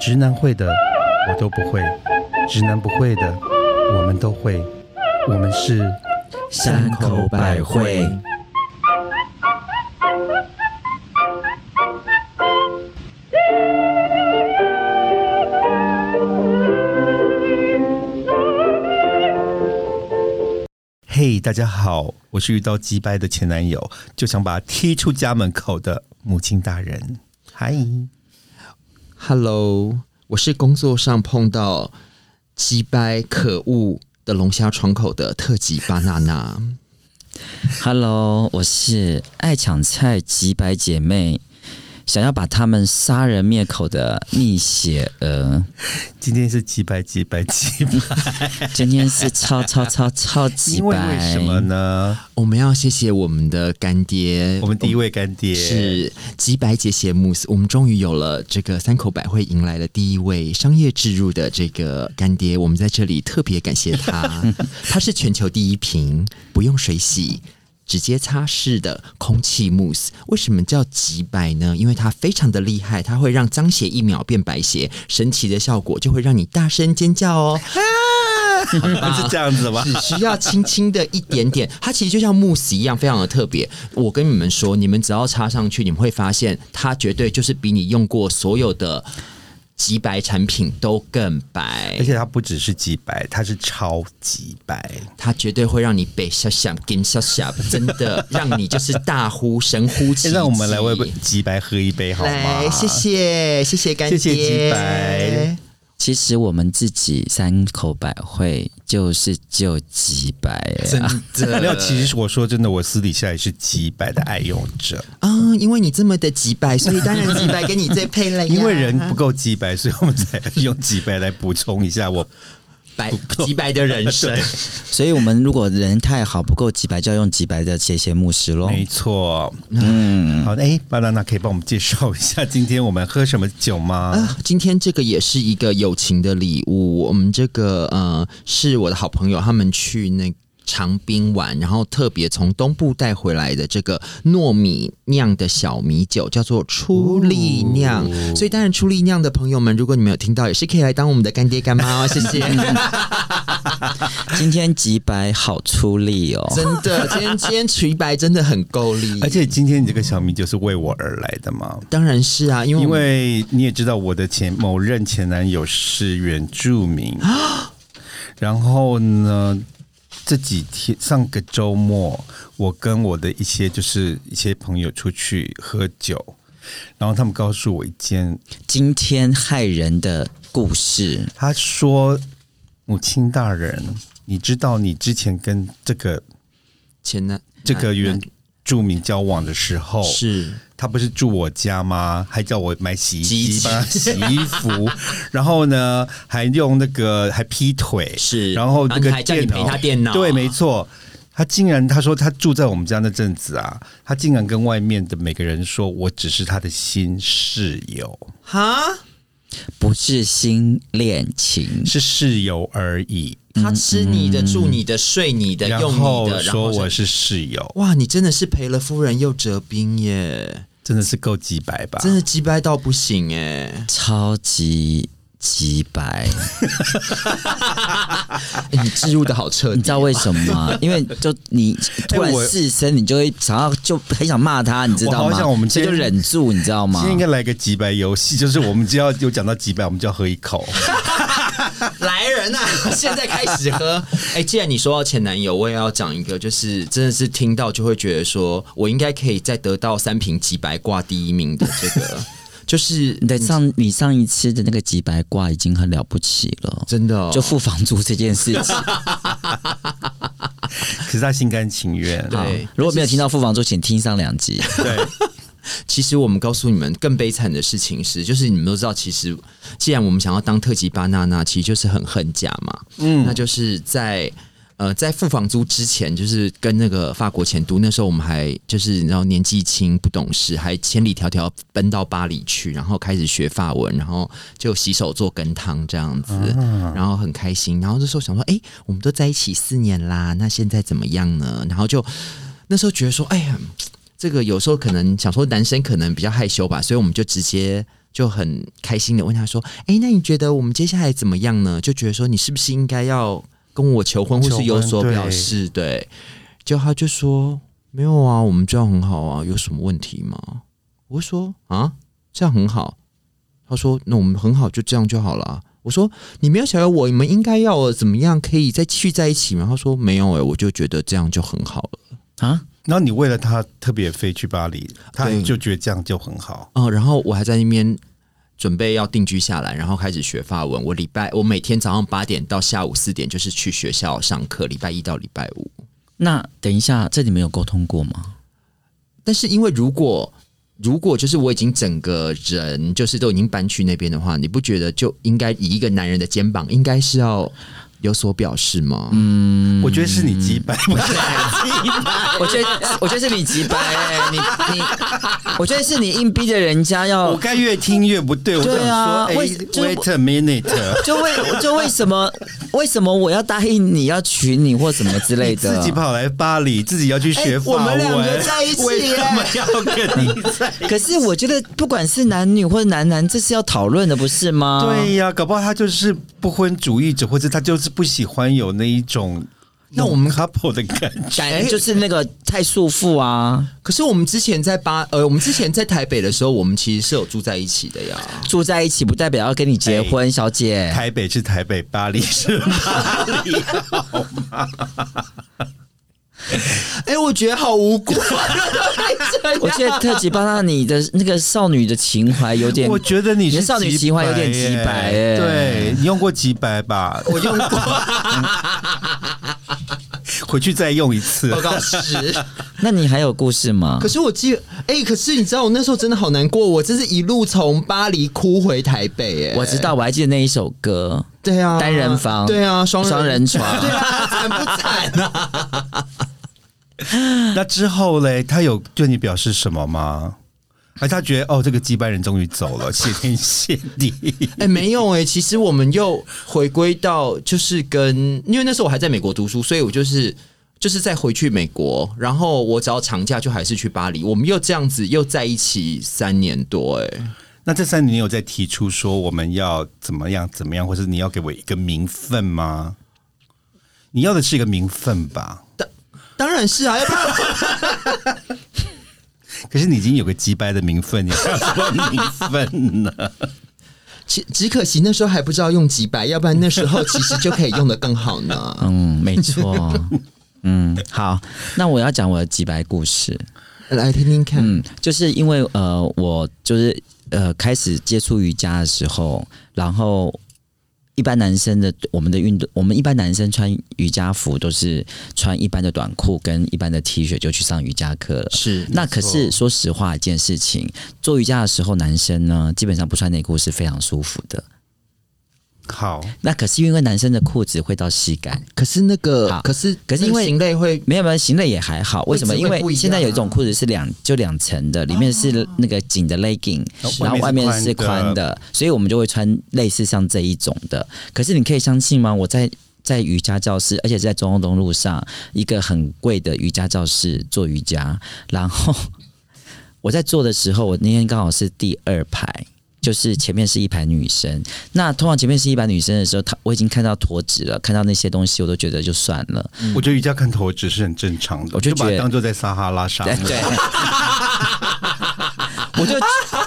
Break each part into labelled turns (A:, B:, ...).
A: 直男会的我都不会，直男不会的我们都会，我们是
B: 山口百惠。
A: 嘿大家好，我是遇到鸡掰的前男友，就想把他踢出家门口的母亲大人。嗨，
B: Hello，我是工作上碰到鸡掰可恶的龙虾窗口的特级巴娜娜。
C: Hello，我是爱抢菜几百姐妹，想要把她们杀人灭口的逆血儿。
A: 今天是鸡掰鸡掰鸡掰，
C: 今天是超超超超 级
A: 因为为
C: 白
A: 什，么呢？
B: 我们要谢谢我们的干爹，
A: 我们第一位干 爹
B: 是吉百姐写慕斯，我们终于有了这个三口百惠迎来了第一位商业置入的这个干爹，我们在这里特别感谢他，他是全球第一瓶不用水洗。直接擦拭的空气慕斯，为什么叫极白呢？因为它非常的厉害，它会让脏鞋一秒变白鞋，神奇的效果就会让你大声尖叫哦。
A: 是这样子吗？
B: 只需要轻轻的一点点，它其实就像慕斯一样，非常的特别。我跟你们说，你们只要插上去，你们会发现它绝对就是比你用过所有的极白产品都更白
A: 而，且它不只是鸡掰，它是超级白。
B: 它绝对会让你被小小跟小小，真 的让你就是大呼神
A: 现
B: 乎其技。
A: 哎在我们来为鸡掰喝一杯好吗
B: 来，？谢谢谢谢干爹，
A: 谢谢吉白
C: 其实我们自己三口百惠就是只有几百而 已
B: 真
C: 啊。
B: 的
A: 没有，其实我说真的，我私底下也是鸡掰的爱用者，
B: 啊，因为你这么的极白，所以当然极白跟你最配 了呀，
A: 因为人不够鸡掰，所以我们才用鸡掰来补充一下我。
B: 白极白的人 生。
C: 所以，我们如果人太好不够几百，就要用几百的谢谢牧师喽。
A: 没错，嗯，好的，哎，巴娜娜可以帮我们介绍一下今天我们喝什么酒吗？
B: 啊，今天这个也是一个友情的礼物。我们这个呃，是我的好朋友他们去那长滨玩，然后特别从东部带回来的这个糯米酿的小米酒，叫做初力酿。
A: 哦
B: 所以当然，初力酿的朋友们，如果你们有听到，也是可以来当我们的干爹干妈哦。谢 谢，
C: 今天几百好出力哦，
B: 真的，今天今天曲白真的很够力，
A: 而且今天你这个小米酒是为我而来的吗？
B: 当然是啊，因为
A: 因
B: 我们
A: 为你也知道，我的前某任前男友是原住民，然后呢，这几天上个周末，我跟我的一些就是一些朋友出去喝酒，然后他们告诉我一件，
C: 今天害人的故事。
A: 他说：“母亲大人，你知道你之前跟这个
B: 前男
A: 这个
B: 原
A: 原住民交往的时候，
B: 是
A: 他不是住我家吗？还叫我买洗衣
B: 洗衣
A: 机
B: 机
A: 帮他洗衣 服，然后呢，还用那个还劈腿，
B: 是
A: 然后那
B: 然后
A: 个
B: 你还叫你陪他电脑
A: 对，没错。他竟然他说他住在我们家那阵子啊，他竟然跟外面的每个人说我只是他的新室友，
B: 哈。
C: 不是新恋情，
A: 是室友而已。
B: 他吃你
A: 嗯
B: 的、住你的、睡你的、
A: 然
B: 用你
A: 后
B: 的，然
A: 说
B: 后
A: 我
B: 是
A: 是室友，
B: 哇，你真的是赔了夫人又折兵耶，
A: 真的是够几百吧？
B: 真的击败到不行哎、
C: 超级几百。
B: 欸你置入的好彻
C: 你知道为什么
A: 啊
C: 吗？因为就你突然
A: 我
C: 四声，你就会想要就很想骂他，你知道
A: 我
C: 吗？
A: 好想我们今
C: 所以
A: 天
C: 就忍住，你知道吗
A: 今天？应该来个几百游戏，就是我们就要有讲到几百，我们就要喝一 口。
B: 来人呐、啊， 现在开始喝。 哎、既然你说到前男友，我也要讲一个，就是真的是听到就会觉得说我应该可以再得到三瓶几白挂第一名的这 个，就是
C: 你的上你上一次的那个几百卦已经很了不起了，
B: 真的、哦、
C: 就付房租这件 事情。
A: 可是他心甘情愿，
B: 对
C: 好如果没有听到付房租，请听上两集。
A: 对，
B: 其实我们告诉你们，更悲惨的事情是，就是你们都知道，其实既然我们想要当特级巴娜娜，其实就是很恨嫁嘛。嗯，那就是在呃在付房租之前，就是跟那个法国前都，那时候我们还就是你知道年纪轻不懂事，还千里迢迢奔到巴黎去，然后开始学法文，然后就洗手做羹汤这样子，然后很开心。然后这时候想说，哎、我们都在一起四年啦，那现在怎么样呢？然后就那时候觉得说，哎呀。这个有时候可能想说男生可能比较害羞吧，所以我们就直接就很开心的问他说：“哎、那你觉得我们接下来怎么样呢？”就觉得说你是不是应该要跟我求婚，或
A: 求
B: 是
A: 婚
B: 有所表示？对，就他就说：“没有啊，我们这样很好啊，有什么问题吗？”我就说：“啊，这样很好。”他说：“那我们很好，就这样就好了啊。”我说：“你没有想要我，你们应该要我怎么样可以再继续在一起吗？”他说：“没有诶、我就觉得这样就很好了。”
C: 啊，
A: 然后你为了他特别飞去巴黎，他
B: 对
A: 就觉得这样就很好。
B: 哦，然后我还在那边准备要定居下来，然后开始学法文。我礼拜我每天早上八点到下午四点就是去学校上课，礼拜一到礼拜五。
C: 那等一下，这里面有沟通过 吗？
B: 但是因为如果如果就是我已经整个人就是都已经搬去那边的话，你不觉得就应该以一个男人的肩膀应该是要有所表示吗？嗯，
A: 我觉得是你击败，不是
C: 嗯
A: 我击败。
C: 我觉得，我觉得是你急白哎，你你，我觉得是你硬逼着人家
A: 我
C: 要，
A: 该越听越不对，我想
C: 对
A: 说，
C: 啊
A: 哎
C: 为就是
A: ，wait a minute，
C: 就为就为什么为什么我要答应你要娶你或什么之类的？
A: 自己跑来巴黎，自己要去学
C: 哎
A: 法
C: 我
A: 文，
C: 们两个在一起
A: 为什么要跟你 在？
C: 可是我觉得，不管是男女或者男男，这是要讨论的，不是吗？
A: 对呀、搞不好他就是不婚主义者，或者他就是不喜欢有那一种
B: 那我们
A: couple 的感觉。
C: 感就是那个太束缚啊，
B: 可是我们之前在巴呃，我们之前在台北的时候，我们其实是有住在一起的呀。
C: 住在一起不代表要跟你结婚，
A: 哎
C: 小姐。
A: 台北是台北，巴黎是巴黎。
B: 哎、我觉得好无辜。啊
C: 我觉得特级巴拉你的那个少女的情怀有点，
A: 我觉得你
C: 你
A: 是
C: 的少女情怀有点
A: 极
C: 极白
A: 耶
C: 耶
A: 对你用过几白 吧？我用过， 回去再用一 次
B: 报。告师。
C: 那你还有故事吗
B: 可？是我记得，哎、可是你知道我那时候真的好难过，我真是一路从巴黎哭回台北、哎，
C: 我知，道，我还记得那一首歌，
B: 对啊，
C: 单人房
B: 对啊，双
C: 双人床
B: 对啊，惨不惨啊？
A: 那之后嘞，他有对你表示什么吗？哎，他觉得哦，这个击败人终于走 了，谢天谢地。
B: 哎、没有哎、其实我们又回归到就是跟，因为那时候我还在美国读书，所以我就是。就是再回去美国，然后我只要长假就还是去巴黎，我们又这样子又在一起三年多、哎，
A: 那这三年你有在提出说我们要怎么样怎么样，或是你要给我一个名分吗？你要的是一个名分吧？
B: 当然是啊，要不然
A: 可是你已经有个击败的名分，你还要什么名 分呢？
B: 只只可惜那时候还不知道用几百，要不然那时候其实就可以用的更好呢。
C: 嗯，没 错，嗯，好，那我要讲我的几白故事。
B: 来听听看。
C: 嗯，就是因为呃，我就是呃开始接触瑜伽的时候，然后一般男生的我们的运动，我们一般男生穿瑜伽服都是穿一般的短裤跟一般的 T 恤就去上瑜伽课了。
B: 是
C: 那可是说实话，一件事情，做瑜伽的时候，男生呢基本上不穿内裤是非常舒服的。
A: 好，
C: 那可是因为男生的裤子会到膝盖，
B: 可是那个
C: 好，
B: 可是
C: 可是因
B: 那
C: 为
B: 个型类会
C: 没有没有，行了也还好。为什么？
B: 位置
C: 因
B: 会
C: 为
B: 不一样啊
C: 现在有一种裤子是两就两层的，里面是那个紧的 legging，、
A: 是
C: 啊然后外面是宽
A: 外面是宽
C: 的，所以我们就会穿类似像这一种的。可是你可以相信吗？我在在瑜伽教室，而且是在中央东路上一个很贵的瑜伽教室做瑜伽，然后 我在做的时候，我那天刚好是第二排。就是前面是一排女生，那通常前面是一排女生的时候，她我已经看到驼脂了，看到那些东西我都觉得就算了。
A: 我觉得瑜伽看头只是很正常的，
C: 我就
A: 把它
C: 觉得
A: 当做在撒哈拉沙
C: 对
A: 漠。
C: 对。 我就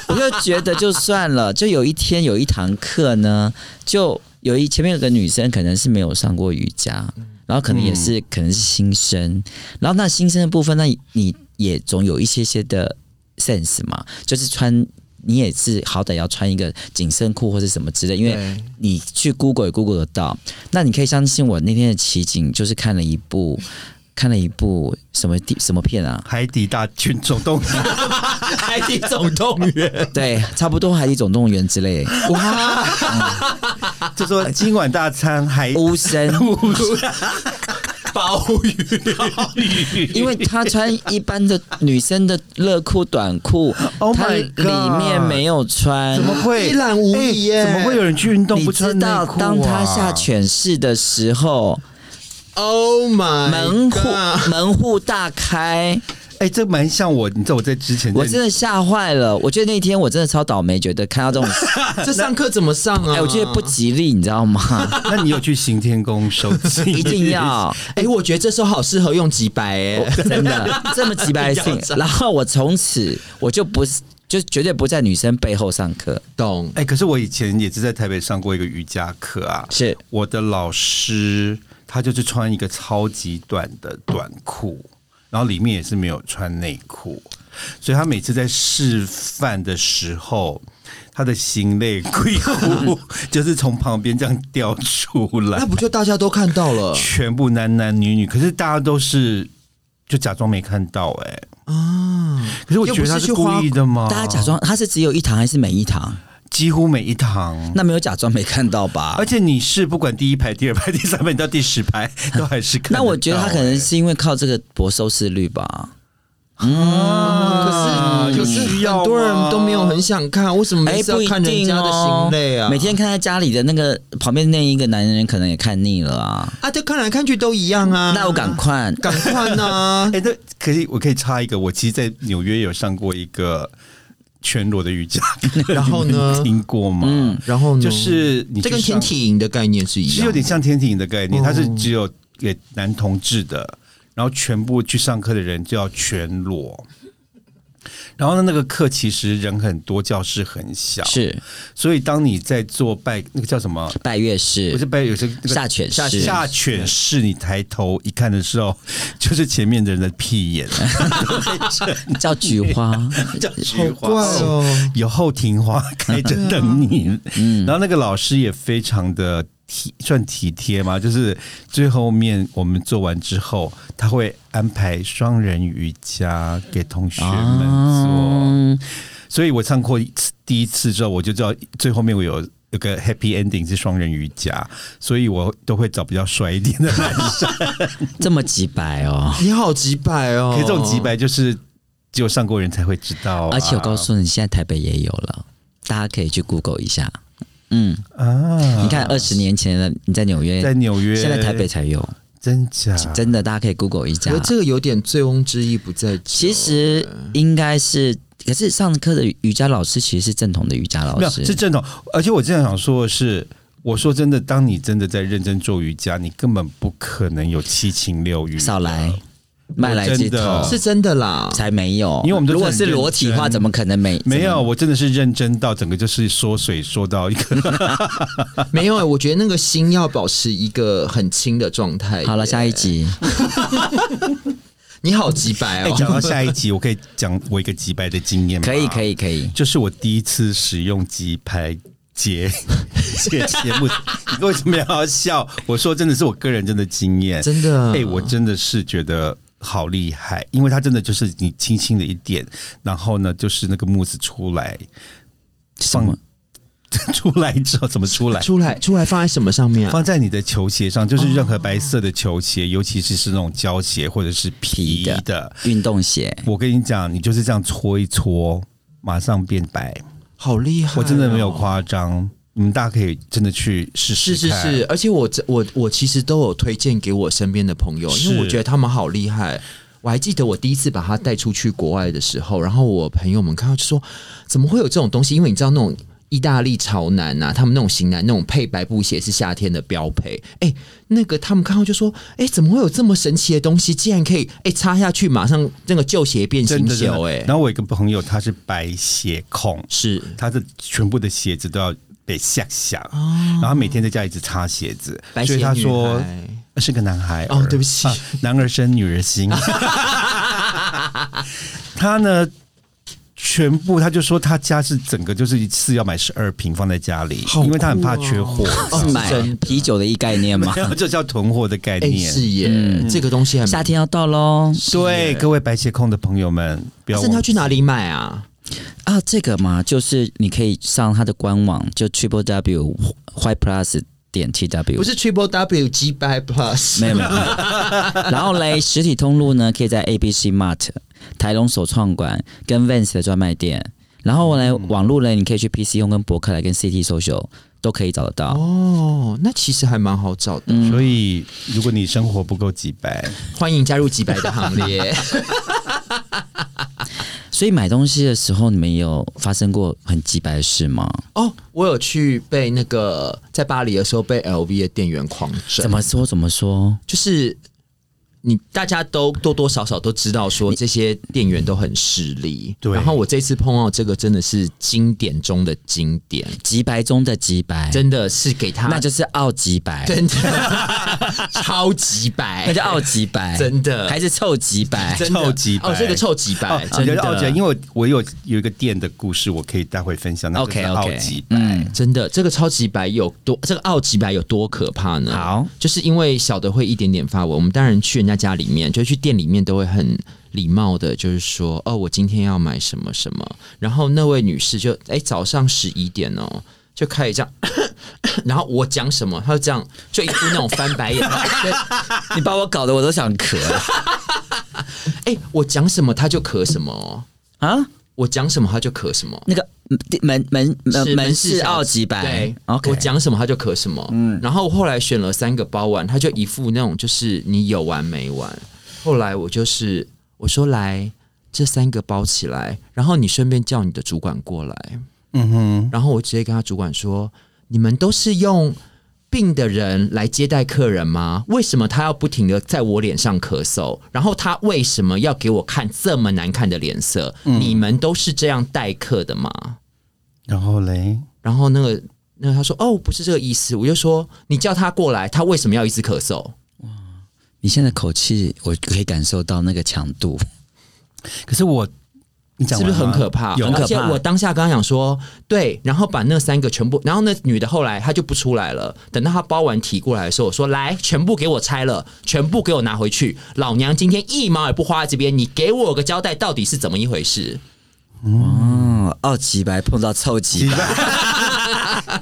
C: 我就觉得就算了，就有一天有一堂课呢，就有一前面有个女生可能是没有上过瑜伽，然后可能也是、可能是新生，然后那新生的部分，那你也总有一些些的 sense 嘛，就是穿你也是好歹要穿一个紧身裤或是什么之类，因为
B: 对
C: 你去 Google 也 Google 得到。那你可以相信我那天的奇景，就是看了一部看了一部什么地什么片啊？
A: 海底大群众动物，
B: 海底总动员，
C: 对，差不多《海底总动员》之类，
A: 就说今晚大餐 海
C: 巫生，
B: 包鱼，
C: 因为她穿一般的女生的热裤、短裤
A: Oh，
C: 她
A: my God
C: 里面没有穿
A: 怎。么会
B: 一览无遗耶
A: 哎怎么会有人去运动
C: 你
A: 不
C: 知
A: 穿内
C: 道，
A: 裤啊？
C: 当她下犬式的时候，
B: ，Oh my，
C: 门户
B: God
C: 门户大开，
A: 哎、哎、这蛮像我，你知道我在之前在
C: 我真的吓坏了。我觉得那天我真的超倒霉，觉得看 到这种，
B: 这上课怎么上啊？
C: 哎，我觉得不吉利，你知 道吗？
A: 那你有去行天宫收 金？
C: 一定要。
B: 哎、我觉得这时候好适合用几百哎、
C: 真的 这么几百姓。然后我从此我就不是，就绝对不在女生背后上课。
B: 懂？
A: 哎、可是我以前也是在台北上过一个瑜伽课啊，
C: 是
A: 我的老师他就是穿一个超级短的短裤，然后里面也是没有穿内裤，所以他每次在示范的时候，他的心内 溃裤就是从旁边这样掉出来
B: 那，不就大家都看到了？
A: 全部男男女女，可是大家都是就假装没看到哎、啊，可是我觉得他
B: 又不是去
A: 故
B: 花
A: 意的吗？
C: 大家假装他是只有一堂还是每一堂？
A: 几乎每一堂
C: 那没有假装没看到吧
B: 哦
A: 而？且你是不管第一排、第二排、第三排，你到第十排都还是看到、
C: 那我觉得他可能是因为靠这个博收视率吧。
A: 啊
B: 可
A: 有
B: 是
A: 需要
B: 很多人都没有
A: 吗
B: 很想看，为什么
C: 哎、
B: 每次
C: 不
B: 要
C: 一
B: 看人
C: 定
B: 家的
C: 哦
B: 心累啊？
C: 每天看在家里的那个旁边那一个男人，可能也看腻了啊。
B: 啊，就看来看去都一样啊。
C: 那我赶快，
B: 赶快 呢
A: 哎、，那可以，我可以插一个，我其实，在纽约有上过一个全裸的瑜伽，
B: 然后呢
A: 你们听过吗？
C: 嗯
B: 然后呢？
A: 就是你
B: 这
A: 去
B: 跟
A: 上
B: 天体营的概念是一
A: 是有
B: 样的，
A: 点像天体营的概念，它是只有给男同志的，然后全部去上课的人就要全裸。然后呢，那个课其实人很多，教室很小，
C: 是
A: 所以当你在做拜那个叫什么
C: 拜月
A: 不是
C: 式，
A: 被有些那个
C: 下犬式
A: 下下犬式，你抬头一看的时候，就是前面的人的屁眼，啊
C: 叫菊 花，
A: 叫菊花
B: 怪哦。
A: 有后庭花开
C: 嗯
A: 着等你。然后那个老师也非常的体算体贴嘛，就是最后面我们做完之后，他会安排双人瑜伽给同学们做。
C: 嗯，
A: 所以我上过一次第一次之后，我就知道最后面我有有个 happy ending 是双人瑜伽，所以我都会找比较帅一点的男生。
C: 这么几百哦。
B: 你好几百哦，
A: 可是这种几百就是只有上过人才会知道、啊，
C: 而且我告诉你，现在台北也有了，大家可以去 Google 一下。嗯，
A: 啊，
C: 你看二十年前的你在纽约，
A: 在纽约，啊
C: 现在台北才有，
A: 真假
C: 真的，大家可以 Google 一下
B: 可。这个有点醉翁之意不在酒。
C: 其实应该是，可是上课的瑜伽老师其实是正统的瑜伽老
A: 没有
C: 师，
A: 是正统。而且我这样想说的是。我说真的，当你真的在认真做瑜伽，你根本不可能有七情六欲。
C: 少来，麦来街
A: 真的
C: 头
B: 是真的啦，
C: 哦才没有，
A: 因为我们都是
C: 如果
A: 很
C: 是裸
A: 认
C: 体的话，
A: 真
C: 怎么可能没
A: 没有，？我真的是认真到整个就是缩水，缩到一 个
B: 没有、欸。我觉得那个心要保持一个很轻的状态。
C: 好了，下一
B: 集
C: 集
B: 你好几百
A: 哎，
B: 哦，
A: 讲到下一集，我可以讲我一个击败的经验吗？
C: 可以，可
A: 以，
C: 以，可以。
A: 就是我第一次使用击拍节节节目，你为什么要笑？我说真的是我个人真的经验，
B: 真的
A: 哎、我真的是觉得。好厉害，因为它真的就是你轻轻的一点，然后呢，就是那个木子出来，
C: 什么？
A: 出来之后怎么出来？
B: 出来出来放在什么上面、啊？
A: 放在你的球鞋上，就是任何白色的球鞋，尤其是是那种胶鞋或者是皮
C: 皮的
A: 的
C: 运动鞋？
A: 我跟你讲，你就是这样搓一搓，马上变白。
B: 好厉害哦、
A: 我真的没有夸张，你们大家可以真的去试
B: 是
A: 试。
B: 是是，，而且我这我我其实都有推荐给我身边的朋友，因为
A: 是
B: 我觉得他们好厉害。我还记得我第一次把它带出去国外的时候，然后我朋友们看到就说：“怎么会有这种东西？”因为你知道那种意大利潮男呐、他们那种型男那种配白布鞋是夏天的标配。哎、那个他们看到就说：“哎、怎么会有这么神奇的东西？竟然可以哎、擦下去马上那个旧鞋变
A: 真
B: 新
A: 的
B: 鞋
A: 真的。
B: 哦、哎，
A: 然后我有一个朋友，他是白鞋控，
B: 是
A: 他的全部的鞋子都要被下下，然后他每天在家一直擦鞋子，
B: 哦白
A: 所
B: 鞋
A: 以他说
B: 女孩
A: 是个男孩
B: 哦
A: 儿
B: 对不起
A: 啊男儿身女儿 心。他呢，全部他就说他家是整个就是一次要买十二瓶放在家里，
B: 好
A: 因为他很
B: 酷
A: 怕
B: 哦
A: 缺货，
C: 是买
B: 真的
C: 啤酒的一概念吗？
A: 然后这叫囤货的概
B: 哎、
A: 念。嗯
B: 是耶，这个东西还蛮
C: 夏天要到喽
A: 对各位白鞋控的朋友们，不要
B: 但是他
A: 忘
B: 去哪里买啊？
C: 啊，这个嘛，就是你可以上它的官网，就 triple w white plus 点 t w，
B: 不是 Triple W G by Plus，
C: 没有没 有。没有然后嘞，实体通路呢，可以在 ABC Mart、台龙首创馆跟 Vans 的专卖店。然后嘞，
B: 嗯
C: 网路嘞，你可以去 PC 用跟博客来跟 CT Social 都可以找得到。
B: 哦，那其实还蛮好找
C: 嗯
B: 的。
A: 所以，如果你生活不够几百，
B: 欢迎加入几百的行列。
C: 所以买东西的时候，你们有发生过很鸡白的事吗？
B: 哦，我有去被那个在巴黎的时候被 LV 的店员狂整
C: 怎，么说？怎么说？
B: 就是你大家都多多少少都知道说这些店员都很势利，
A: 对
B: 然后我这次碰到这个真的是经典中的经典，
C: 极白中的极白，
B: 真的是给他
C: 那就是傲极白，
B: 真的 超级白，
C: 那就傲极白，
B: 真的
C: 还是臭极白。
B: 真的
A: 臭几百
B: 哦，这个臭几
A: 哦
B: 百，，
A: 你
B: 真
A: 觉得
B: 的
A: 奥吉，因为我我有有一个店的故事，我可以待会分享。那就是
C: OK，OK
A: 奥吉，
B: 嗯，真的，这个超级白有多，这个奥吉白有多可怕呢？
C: 好，
B: 就是因为小的会一点点发文，我们当然去人家家里面，就是去店里面都会很礼貌的，就是说，哦，我今天要买什么什么。然后那位女士就，哎、早上十一点哦，就开始这样， 然后我讲什么，她就这样，就一副那种翻白眼，对
C: 你把我搞得我都想咳
B: 哎、我讲什么她就咳什么哦，
C: 啊！
B: 我讲什么她就咳什么。哦
C: 那个嗯门门呃
B: 是
C: 门门
B: 呃市
C: 市
B: 小
C: 傲
B: 姐
C: 极白
B: 对
C: ，OK，
B: 我讲什么他就咳什么。嗯，然后后来选了三个包完，他就一副那种就是你有完没完。后来我就是我说来这三个包起来，然后你顺便叫你的主管过来。
A: 嗯哼，
B: 然后我直接跟他主管说：“你们都是用病的人来接待客人吗？为什么他要不停的在我脸上咳嗽？然后他为什么要给我看这么难看的脸色？你们都是这样待客的吗？”
A: 然后嘞，
B: 然后那个那个他说哦不是这个意思，我就说你叫他过来，他为什么要一直咳嗽？
C: 你现在口气，我可以感受到那个强度。
A: 可是我，你讲
B: 是不
A: 完
B: 是
A: 吗
B: 很可怕？
A: 有啊
C: 很可怕
B: 而且我当下刚刚想说对，然后把那三个全部，然后那女的后来她就不出来了。等到她包完提过来的时候，我说来全部给我拆了，全部给我拿回去，老娘今天一毛也不花在这边，你给我个交代，到底是怎么一回事？
C: 哦，傲极白碰到臭极
A: 几
C: 白，
A: 百，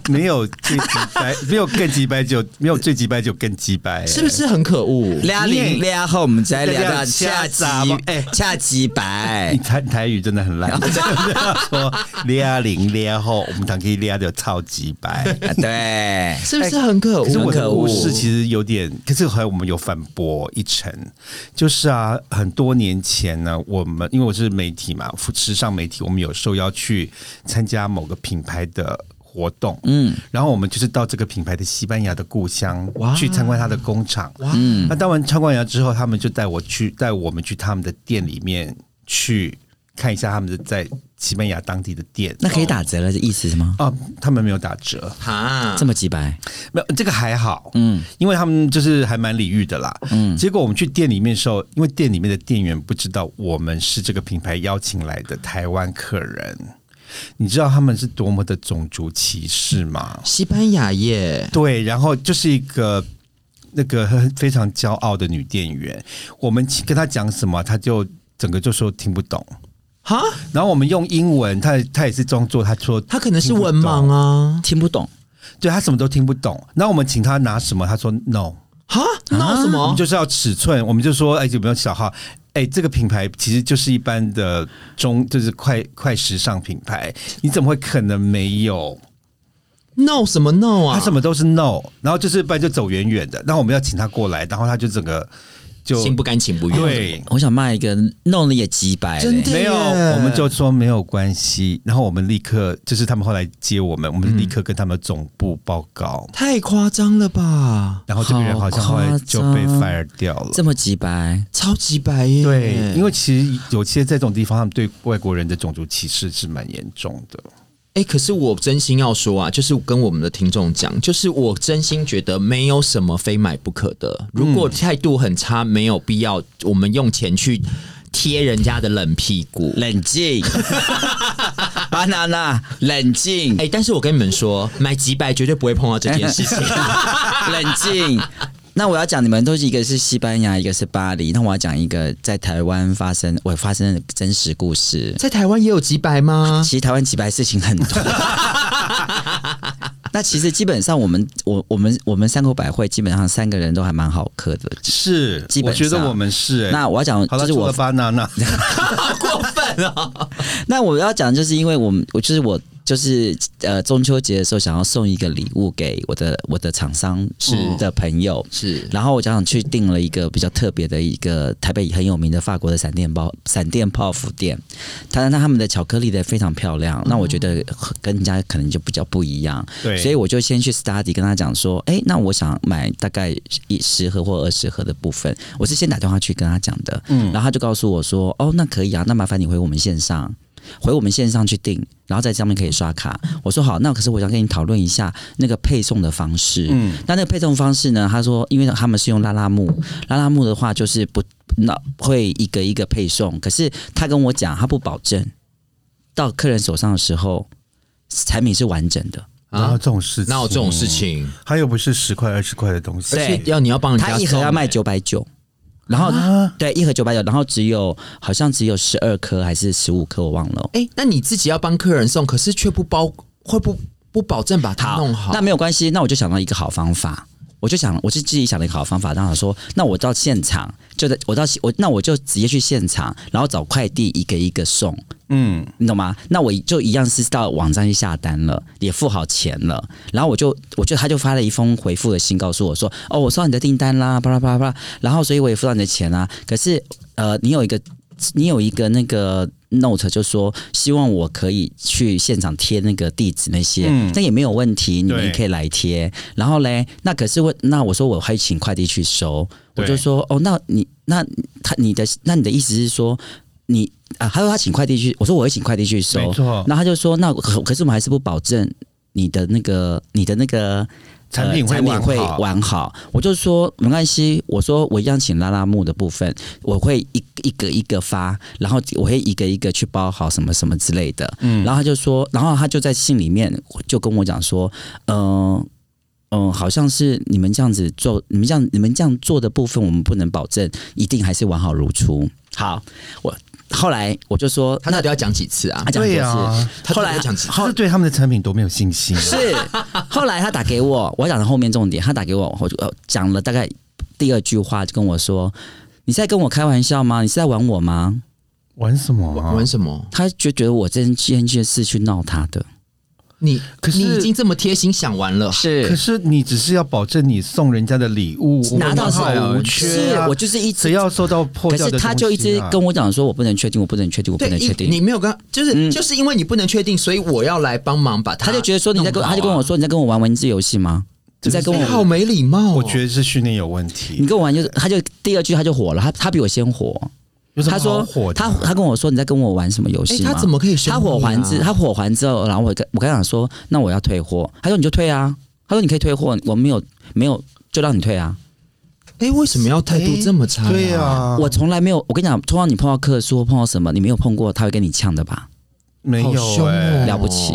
A: 没有最几百， 没有更几百，只有没有最几百，只有更几百，
B: 是不是很可恶？
C: 俩零俩后，我们再聊到
A: 下
C: 恰
A: 集
C: 极
A: 吧哎
C: 哎，恰极
A: 你
C: 白。
A: 台台语真的很烂， 真的说 撩零撩后，我们常可以撩的超级白。
C: 啊对，
B: 是不是很可恶？
A: 可是我
C: 很
A: 的
C: 可
A: 故
C: 恶
A: 事其实有点，可是后来我们有反驳一成，就是啊，很多年前呢，我们因为我是媒体嘛，时尚媒体，我们有受邀去参加某个品牌的活动，嗯，然后我们就是到这个品牌的西班牙的故乡去参观他的工厂，嗯，那当完参观完之后，他们就带我去，带我们去他们的店里面去看一下他们的在西班牙当地的店，
C: 那可以打折了，这意思是吗？
A: 啊、他们没有打折，
B: 哈
C: 这么极白，
A: 没有这个还好，嗯，因为他们就是还蛮礼遇的啦，嗯。结果我们去店里面的时候，因为店里面的店员不知道我们是这个品牌邀请来的台湾客人，你知道他们是多么的种族歧视吗？
B: 西班牙耶，
A: 对，然后就是一个那个很非常骄傲的女店员，我们跟她讲什么，她就整个就说听不懂。
B: 哈，
A: 然后我们用英文，她她也是装作她说
B: 他可能是
A: 听不
B: 文
A: 懂
B: 盲啊。
C: 听不懂
A: 对她什么都听不懂。然后我们请她拿什么，她说 no。
B: 哈，闹什
A: 我
B: 么
A: 们？就是要尺寸，我们就说，哎，有没有小号？哎，这个品牌其实就是一般的中，就是快快时尚品牌，你怎么会可能没有？
B: 闹什么闹
A: 他
B: 啊？
A: 什么都是 no，然后就是不然就走远远的，然后我们要请他过来，然后他就整个就
B: 心不甘情不愿。，
A: 对，
C: 我想骂一个弄了也极白嘞，
B: 真的
A: 没有，
B: 耶
A: 我们就说没有关系，然后我们立刻就是他们后来接我们，我
B: 嗯
A: 们立刻跟他们总部报告，
B: 太夸张了吧？
A: 然后这个人好像后来就被
C: 好夸张
A: fire 掉了。
C: 这么极白，
B: 超级白耶！
A: 对，因为其实有些在这种地方，他们对外国人的种族歧视是蛮严重的。
B: 哎、可是我真心要说啊，就是跟我们的听众讲，就是我真心觉得没有什么非买不可的。如果态度很差，没有必要我们用钱去贴人家的冷屁股。
C: 冷静 ，banana，冷静
B: 哎、，但是我跟你们说，买几百绝对不会碰到这件事情。
A: 哎
C: 冷静。那我要讲，你们都是一个是西班牙，一个是巴黎。那我要讲一个在台湾发生我发生的真实故事。
B: 在台湾也有几百
A: 啊
B: 吗？
C: 其实台湾几百事情很多。那其实基本上我们我我们我们三口百会基本上三个人都还蛮好客的。
A: 是
C: 基，
A: 我
C: 本
A: 觉得
C: 上
A: 我们是、欸。
C: 那我要讲
A: 好
C: 就
A: 了，
C: 是
A: 除了
C: 我，
A: 巴娜娜，
B: 好过分啊！
C: 那我要讲就是因为我们我就是我就是呃中秋节的时候想要送一个礼物给我的我的厂商
B: 是
A: 嗯
C: 的朋友，
B: 是
C: 然后我家长去订了一个比较特别的一个台北很有名的法国的闪电包闪电泡芙店，它那他们的巧克力的非常漂亮，那我觉得跟人家可能就比较不一样，
A: 对，
C: 所以我就先去 study 跟他讲说，哎、那我想买大概一十盒或二十盒的部分，我是先打电话去跟他讲的，
A: 嗯
C: 然后他就告诉我说，哦，那可以啊，那麻烦你回我们线上。回我们线上去订，然后在上面可以刷卡。我说好，那可是我想跟你讨论一下那个配送的方式。
A: 嗯
C: 那那个配送方式呢？他说，因为他们是用拉拉木，拉拉木的话就是不那会一个一个配送，可是他跟我讲，他不保证到客人手上的时候，产品是完整的。
A: 然啊后这种事情，
B: 哪有这种事，情？
A: 它又不是十块二十块的东西，
B: 而且要你要帮人家
C: 他一盒
B: 送
C: 要卖
B: 欸
C: 九百九，然后、
A: 啊，
C: 对一盒九百九，然后只有好像只有十二颗还是十五颗，我忘了。
B: 哎、那你自己要帮客人送，可是却不包，会不不保证把它弄好？
C: 那没有关系，那我就想到一个好方法。我就想，我是自己想了一个好方法，然后说，那我到现场，就在我到我那我就直接去现场，然后找快递一个一个送，
A: 嗯，
C: 你懂吗？那我就一样是到网站去下单了，也付好钱了，然后我就我就他就发了一封回复的信，告诉我说，哦，我收到你的订单啦，巴拉巴拉巴拉，然后所以我也付到你的钱啦。可是呃，你有一个你有一个那个 note 就说希望我可以去现场贴那个地址那些，
A: 嗯
C: 但也没有问题，你
A: 对
C: 们可以来贴。然后嘞，那可是我那我说我会请快递去收，我
A: 对
C: 就说哦，那你那他你的那你的意思是说你啊？他说他请快递去，我说我会请快递去收
A: 没，错，
C: 那他就说那可可是我们还是不保证你的那个你的那个。呃
A: 产品会
C: 产品
A: 完
C: 会
A: 好，
C: 完好，我就说没关系，我说我一样请拉拉木的部分，我会一一个一个发，然后我会一个一个去包好什么什么之类的。
A: 嗯
C: 然后他就说，然后他就在信里面就跟我讲说，嗯、嗯、好像是你们这样子做，你们这样你们这样做的部分，我们不能保证一定还是完好如初。好，我后来我就说，
B: 他到底要讲几次啊
C: 他？讲
A: 对
C: 的是。
A: 呀，
B: 他
C: 后
B: 到
C: 来
B: 底要讲几次？
A: 他是对他们的产品多没有信心啊，
C: 是，后来他打给我，我讲的后面重点，他打给我，我就呃讲了大概第二句话，就跟我说：“你在跟我开玩笑吗？你是在玩我吗
A: 玩什么啊？
B: 玩什么？？”
C: 他就觉得我这件件事去闹他的，
B: 你
A: 可是
B: 你已经这么贴心想完了，
A: 可
C: 是
A: 是你只是要保证你送人家的礼物
C: 拿到
A: 完好
C: 手
A: 无缺
C: 是
A: 啊
C: 我，就是一直
A: 谁要收到破
C: 可
A: 掉
C: 是
A: 的东西啊？
C: 他就一直跟我讲说：“我不能确定，我不能确定，我不
B: 对，
C: 能确
B: 一
C: 定。”
B: 你没有跟，就是、
C: 嗯
B: 就是因为你不能确定，所以我要来帮忙把它
C: 他就觉得说你在跟，
B: 弄好啊
C: 他就跟我说你在跟我玩文字游戏吗？你在跟
B: 你
C: 我，
B: 好没礼貌、哦，
A: 我觉得是训练有问
C: 你
A: 题。
C: 跟我玩就是，他就第二句他就火了，他他比我先火，
A: 有什么好
C: 他说
A: 火的
C: 他他跟我说你在跟我玩什么游
B: 哎、
C: 戏吗？
B: 他怎么可以生气啊、
C: 他火还之，他火还之后，然后我跟我跟他讲说，那我要退货，他说你就退啊，他说你可以退货，我没有没有就让你退啊，
B: 哎、为什么要态度这么差、
A: 对啊，
C: 我从来没有，我跟你讲，通常你碰到客诉或碰到什么，你没有碰过，他会跟你呛的吧？
A: 没
B: 好凶
A: 有
B: 哦
A: 哎，嗯
C: 了不起，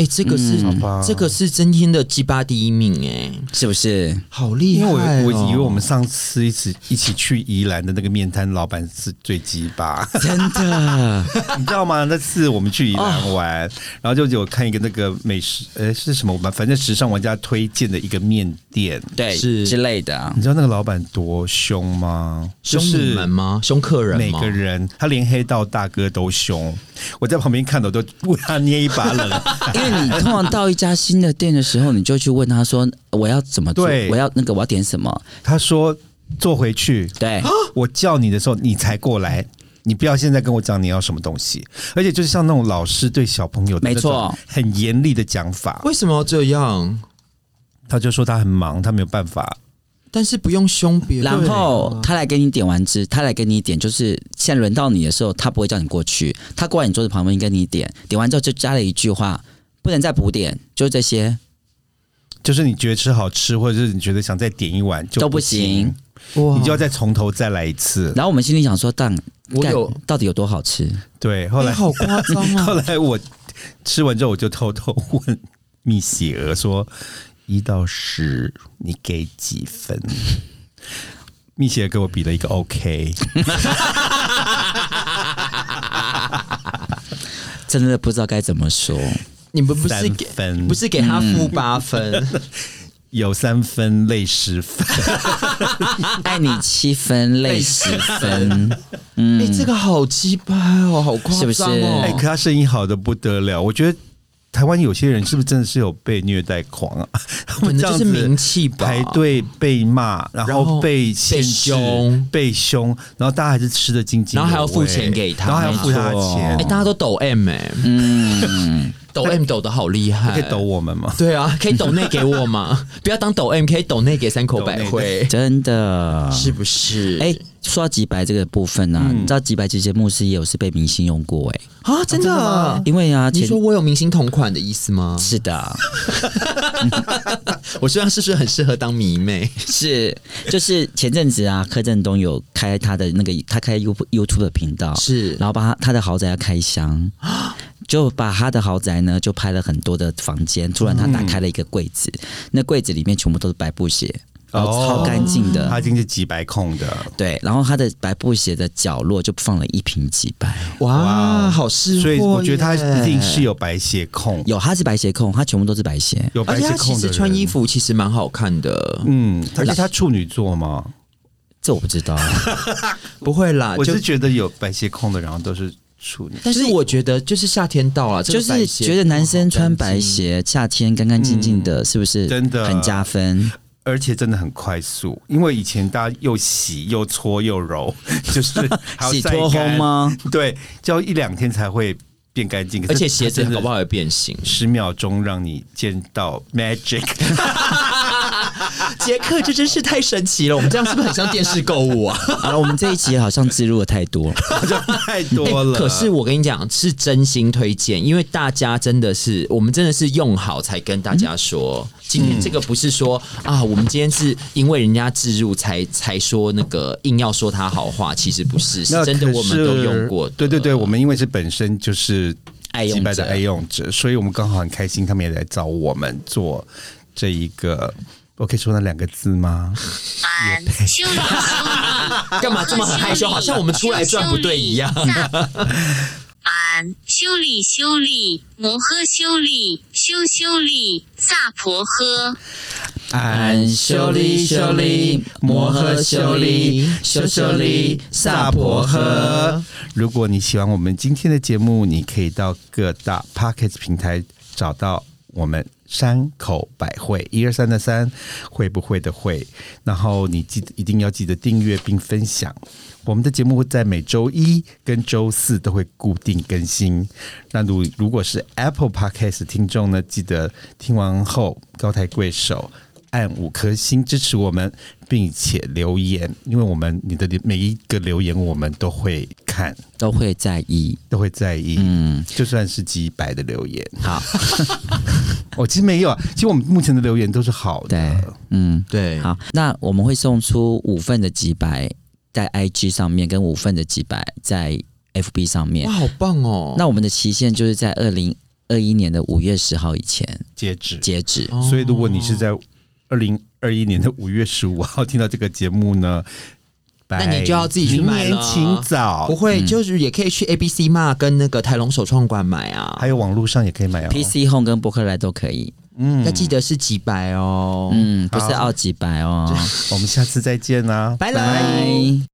B: 哎、这个是、
A: 好吧
B: 这个是今天的鸡巴第一名哎、
C: 是不是？
B: 好厉
A: 因
B: 害、
A: 为
B: 哦！
A: 我我以为我们上次一起一起去宜兰的那个面摊老板是最鸡巴，
C: 真的，
A: 你知道吗？那次我们去宜兰 玩，然后就有看一个那个美食，呃，是什么？我们反正时尚玩家推荐的一个面店。
C: 对，
B: 是
C: 之类的啊。
A: 你知道那个老板多凶吗？
B: 凶
A: 就是
B: 你们吗？凶客人
A: 每
B: 吗？
A: 个人，他连黑道大哥都凶。我在旁边看的，我都为他捏一把冷 汗。
C: 因为你通常到一家新的店的时候，你就去问他说我要怎么做，
A: 对
C: 我要那个我要点什么，
A: 他说：“坐回去，
C: 对，
A: 我叫你的时候你才过来，你不要现在跟我讲你要什么东西。”而且就是像那种老师对小朋友的
C: 没
A: 那
C: 错
A: 种很严厉的讲法。
B: 为什么要这样？
A: 他就说他很忙，他没有办法。
B: 但是不用凶别人。
C: 然后
B: 啊
C: 他来给你点完之，他来给你点，就是现在轮到你的时候，他不会叫你过去，他过来你桌子旁边跟你点，点完之后就加了一句话，不能再补点，就这些
A: 就是你觉得吃好吃，或者是你觉得想再点一碗就
C: 都不
A: 行
C: 行，。
B: 哇
A: 你就要再从头再来一次。
C: 然后我们心里想说，但
B: 我
C: 干
B: 有
C: 到底有多好吃？
A: 对，后来、
B: 哎好夸张
A: 后
B: 啊！
A: 来我吃完之后，我就偷偷问蜜雪儿说：“一到十，你给几分？” 蜜雪儿给我比了一个 OK，
C: 真的不知道该怎么 说。
B: 你们不是
A: 三
B: 给
A: 分，
B: 不是给他负八分，
A: 有三分累十分，
C: 爱你七分，累十 分，
A: 嗯
B: 哎，这个好鸡巴哦，好夸
C: 嗯是不是
B: 张
A: 哎、
B: 哦
A: 可！他声音好的不得了，我觉得台湾有些人是不是真的是有被虐待狂啊？ 他
B: 可
A: 们
B: 能
A: 这
B: 就
A: 样
B: 是
A: 子
B: 名气吧，
A: 排队被骂，然
B: 然后
A: 后被限制
B: 被凶、
A: 被凶，然后大家还是吃的津津有味，
B: 然后还要付钱给他
A: 然后还要付他
C: 没错
A: 钱。
B: 哎、大家都抖 M 哎、
C: 嗯，
B: 抖 M 抖的好厉害，
A: 可以抖我们吗？
B: 对啊，可以抖内给 我吗？不要当抖 M，可以抖内给三口百惠，
C: 真的
B: 是不是？
C: 哎、说到几白这个部分呢、啊，
B: 嗯
C: 你知道几白这节目是也有是被明星用过哎、
B: 啊，真的吗？
C: 因为啊，
B: 你
C: 前
B: 说我有明星同款的意思吗？
C: 是的，啊
B: 我身上是不是很适合当迷妹？
C: 是就是前阵子啊，柯震东有开他的那个他开 You YouTube 的频道，
B: 是
C: 然后把他他的豪宅要开箱，就把他的豪宅呢就拍了很多的房间，突然他打开了一个柜子，那柜子里面全部都是白布鞋，
A: 哦
C: 然后超干净的。
A: 他已经是几白控的，
C: 对，然后他的白布鞋的角落就放了一瓶几白，
B: 哇，好识货！
A: 所以我觉得他一定是，有白鞋控，
C: 有他是白鞋控，他全部都是白鞋，
A: 有
B: 而
A: 白
B: 且
A: 鞋
B: 他其
A: 控的
B: 实
A: 人
B: 穿衣，服其实蛮好看的，
A: 嗯，而且他处女座嘛，
C: 这我不知道。啊
B: 不会啦，
A: 我
B: 啊就是
A: 觉得有白鞋控的，然后都是处女。
B: 但是我觉得就是夏天到了，这
C: 就
B: 个
C: 是
B: 白鞋
C: 觉得男生穿白鞋，夏天干干净净的，是不是
A: 嗯真的
C: 很加分？
A: 而且真的很快速，因为以前大家又洗又搓又揉， 就是还要
C: 洗
A: 晒
C: 脱烘
A: 干？
C: 吗？
A: 对，就要一两天才会变干净。
B: 嗯而且鞋子搞不
A: 好
B: 好也变形。
A: 十秒钟让你见到 magic，
B: 杰克， 这真是太神奇了！我们这样是不是很像电视购物啊？
C: 好了，我们这一集好像植入了 太多，
A: 好像太多了。
B: 哎可是我跟你讲，是真心推荐，因为大家真的是，我们真的是用好才跟大家说。
A: 嗯
B: 今天这个不是说啊，我们今天是因为人家置入才才说那个硬要说他好话，其实不是，是
A: 那
B: 真的
A: 可
B: 我们都用过
A: 是对对对，我们因为是本身就是
C: 爱用
A: 击败
C: 者
A: 的爱用者，所以我们刚好很开心，他们也来找我们做这一个。我可以说那两个字吗？
D: 满修理
B: 干嘛这么害羞，好像我们出来赚不对一样。
D: 满修理修理摩诃修理修修理萨婆诃。
C: 俺修理修理摩诃修理修修理萨婆诃。
A: 如果你喜欢我们今天的节目，你可以到各大 p o c k e t 平台找到我们山口百惠一二三的三会不会的会，然后你记一定要记得订阅并分享。我们的节目会在每周一跟周四都会固定更新。那如如果是 Apple Podcast 的听众呢，记得听完后高抬贵手，按五颗星支持我们，并且留言，因为我们你的每一个留言我们都会看，
C: 都会在意。
A: 都会在意。嗯，就算是几百的留言，
C: 好，
A: 哦，其实没有啊，其实我们目前的留言都是好
C: 对
A: 的。，
C: 嗯，
B: 对，
C: 好，那我们会送出五份的几百在 IG 上面，跟五份的几百在 FB 上面
B: 哇，。好棒哦！
C: 那我们的期限就是在二零二一年的五月十号以前
A: 截止，
C: 截止。
B: 哦
A: 所以如果你是在二零二一年的五月十五号听到这个节目呢，
B: 那你就要自己去买
A: 明
B: 了哦
A: 年请
B: 不
A: 早，
B: 会，就是也可以去 A B C 嘛，跟那个台龙手创馆买啊。
A: 还有网络上也可以买哦。
C: PC Home 跟博客来都可以，
A: 嗯
B: 要，记得是几百哦。
C: 嗯，不是奥几百哦，
A: 我们下次再见啦，啊
B: 拜
C: 拜
B: 拜。。